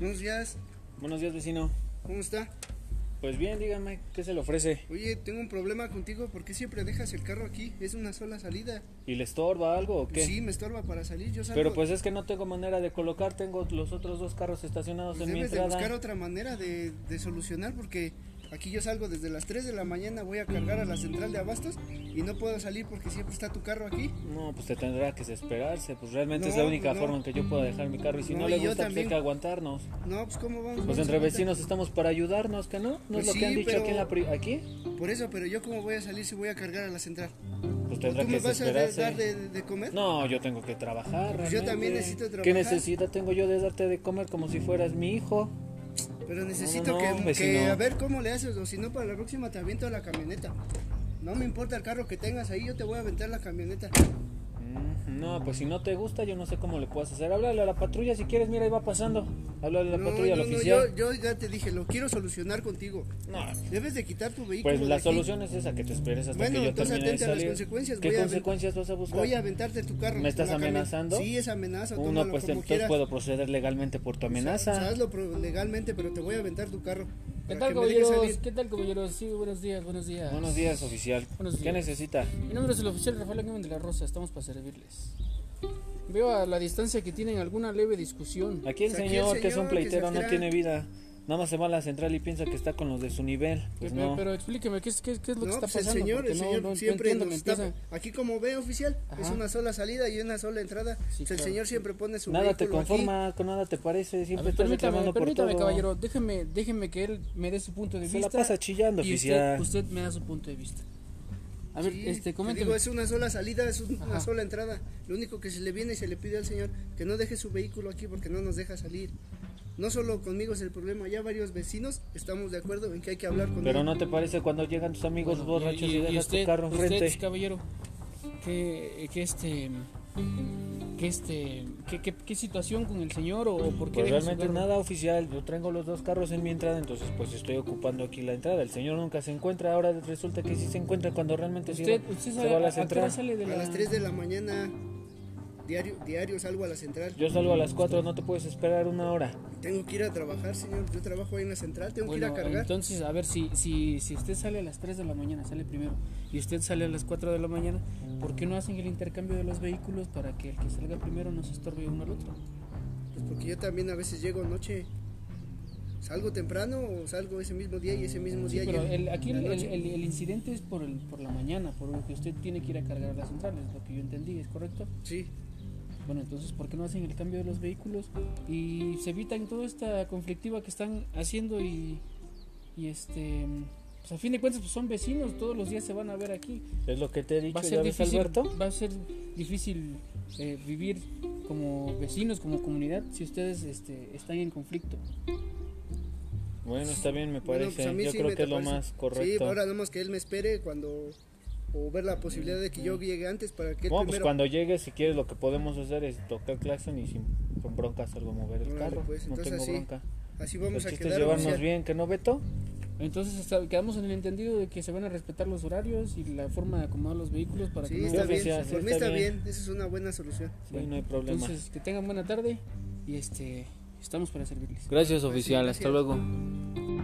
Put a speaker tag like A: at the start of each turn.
A: Buenos días,
B: Buenos días, vecino.
A: ¿cómo está?
B: Pues bien, dígame, ¿qué se le ofrece?
A: Oye, tengo un problema contigo, ¿por qué siempre dejas el carro aquí? Es una sola salida.
B: ¿Y le estorba algo o qué?
A: Sí, me estorba para salir, yo salgo.
B: Pero pues es que no tengo manera de colocar, tengo los otros dos carros estacionados
A: Pues
B: en mi
A: debes de
B: entrada.
A: buscar otra manera de, de solucionar porque aquí yo salgo desde las 3 de la mañana, voy a cargar a la central de abastos y no puedo salir porque siempre está tu carro aquí.
B: No, pues te tendrá que desesperarse, pues realmente es
A: No,
B: la única
A: pues, no.
B: forma en que yo pueda dejar mi carro y si no,
A: No,
B: le
A: y yo
B: gusta, pues hay
A: también.
B: que aguantarnos.
A: No, pues ¿cómo vamos?
B: Pues
A: Vamos
B: entre
A: ahorita.
B: vecinos estamos para ayudarnos, ¿que no? ¿No
A: Pues
B: es lo
A: sí,
B: que han dicho
A: pero-
B: aquí en la pri- aquí?
A: Por eso, pero yo cómo voy a salir si voy a cargar a la central.
B: Pues
A: ¿Tú
B: tendrá que
A: me vas a dar-
B: desesperarse.
A: dar de, de comer?
B: No, yo tengo que trabajar.
A: Pues yo también
B: realmente.
A: necesito
B: ¿Qué
A: trabajar.
B: necesidad tengo yo de darte de comer como si fueras mi hijo?
A: Pero necesito
B: no,
A: que,
B: vecino.
A: que a ver cómo le haces, o si no, para la próxima te aviento la camioneta. No me importa el carro que tengas ahí, yo te voy a aventar la camioneta.
B: Mm, No, pues si no te gusta, yo no sé cómo le puedes hacer. Háblale a la patrulla si quieres, mira, ahí va pasando. Háblale a la
A: No,
B: patrulla, al
A: no, no,
B: oficial.
A: yo, yo ya te dije, lo quiero solucionar contigo.
B: No,
A: Debes de quitar tu vehículo.
B: pues
A: de
B: la
A: aquí.
B: solución es esa, que te esperes hasta
A: Bueno,
B: que yo
A: entonces
B: termine de
A: atente a las
B: salir.
A: consecuencias,
B: ¿Qué
A: voy a ver-
B: consecuencias vas a buscar?
A: Voy a aventarte tu carro.
B: ¿Me estás
A: la cami-
B: amenazando?
A: Sí, es amenaza.
B: Uno,
A: tómalo
B: pues
A: como
B: entonces
A: quieras.
B: puedo proceder legalmente por tu amenaza.
A: O sea, hazlo pro- legalmente, pero te voy a aventar tu carro.
C: ¿Qué
A: para
C: tal,
A: que me dejes
C: caballeros?
A: salir.
C: ¿Qué tal, caballeros? Sí, buenos días, buenos días.
B: Buenos días, oficial.
C: Buenos
B: ¿Qué
C: días.
B: necesita?
C: Mi nombre es el oficial Rafael Aguimen de la Rosa, estamos para servirles. Veo a la distancia que tienen alguna leve discusión.
B: Aquí el
A: O sea, Pues aquí el
B: señor, que es un
A: señor que se
B: pleitero, no
A: altera.
B: tiene vida. Nada más se va a la central y piensa que está con los de su nivel. Pues
C: pero,
B: no.
C: pero explíqueme, ¿qué es, qué, es- qué es lo
A: No,
C: que está
A: pues el
C: pasando?
A: señor,
C: Porque
A: el
C: no-
A: señor
C: no- no
A: siempre
C: entiendo que
A: nos tapa.
C: empieza-
A: Aquí como ve oficial, es
C: Ajá.
A: una sola salida y una sola entrada.
C: Sí,
A: O sea, el
C: claro.
A: señor siempre pone su
B: Nada te
A: vehículo aquí.
B: conforma, con nada te parece.
C: A
B: Siempre
C: ver,
B: estás
C: permítame,
B: reclamando por
C: permítame,
B: todo.
C: caballero, déjeme, déjeme que él me dé su punto de
B: Se la
C: vista.
B: pasa chillando,
C: y
B: oficial.
C: usted, usted me da su punto de vista. A ver,
A: Sí,
C: este,
A: te digo,
C: coménteme.
A: es una sola salida, es un- una
C: Ajá.
A: sola entrada. Lo único que se le viene y se le pide al señor que no deje su vehículo aquí porque no nos deja salir. No solo conmigo es el problema, ya varios vecinos estamos de acuerdo en que hay que hablar con
B: Pero
A: él.
B: no te parece cuando llegan tus amigos
C: Bueno,
B: borrachos y, dejas
C: usted,
B: tu carro
C: usted,
B: enfrente.
C: caballero, que, que este, que este, que, que- qué situación con el señor o, o por qué
B: Pues
C: deja su
B: realmente
C: carro?
B: nada oficial, yo traigo los dos carros en mi entrada, entonces pues estoy ocupando aquí la entrada. El señor nunca se encuentra, ahora resulta que sí se encuentra cuando realmente se
C: Usted,
B: iba-
C: usted
B: se
C: sabe
B: va a
C: a,
B: la
C: a qué hora
B: central.
C: sale de
A: A
C: la...
A: las 3 de la mañana diario, diario salgo a la central.
B: Yo salgo a las 4, no te puedes esperar una hora.
A: Tengo que ir a trabajar, señor. Yo trabajo ahí en la central, tengo
C: Bueno,
A: que ir a cargar.
C: entonces, a ver, si, si, si usted sale a las 3 de la mañana, sale primero, y usted sale a las 4 de la mañana, ¿por qué no hacen el intercambio de los vehículos para que el que salga primero no se estorbe uno al otro?
A: Pues porque yo también a veces llego noche. Salgo temprano o salgo ese mismo día y ese mismo
C: Sí,
A: día
C: pero
A: llego
C: el- aquí el,
A: en Pues la
C: el-
A: noche.
C: el- el incidente es por, el, por la mañana, por lo que usted tiene que ir a cargar a las centrales, lo que yo entendí, ¿es correcto?
A: Sí.
C: Bueno, entonces, ¿por qué no hacen el cambio de los vehículos y se evitan toda esta conflictiva que están haciendo y, y este, pues a fin de cuentas, pues son vecinos, todos los días se van a ver aquí.
B: Es lo que te he
C: Va
B: dicho,
C: a
B: ¿ya
C: ser
B: ves,
C: difícil,
B: Alberto?
C: va a ser difícil eh, vivir como vecinos, como comunidad, si ustedes este, están en conflicto.
B: Bueno, está bien, me
A: Bueno,
B: parece.
A: pues a mí
B: yo
A: sí
B: creo
A: me
B: que es lo
A: parece.
B: más correcto.
A: Sí, ahora nada más que él me espere cuando. O ver la posibilidad de que yo llegue antes para que él
B: Bueno, pues
A: primero.
B: cuando llegues, si quieres, lo que podemos hacer es tocar claxon y sin, con broncas salgo a mover el
A: Órale,
B: carro.
A: pues,
B: no
A: entonces
B: tengo
A: así
B: bronca.
A: Así
B: El
A: vamos a
B: chiste es
A: quedar.
B: llevarnos
A: oficial.
B: bien, ¿que no, Beto?
C: Entonces hasta quedamos en el entendido de que se van a respetar los horarios y la forma de acomodar los vehículos para que
A: Sí,
C: no...
A: está bien.
B: oficial, sí,
A: Por mí
B: está
A: está
B: bien.
A: bien. Esa es una buena solución.
B: Sí, no hay problema.
C: Entonces, que tengan buena tarde y este, estamos para servirles.
B: Gracias,
A: oficial, hasta gracias.
B: luego.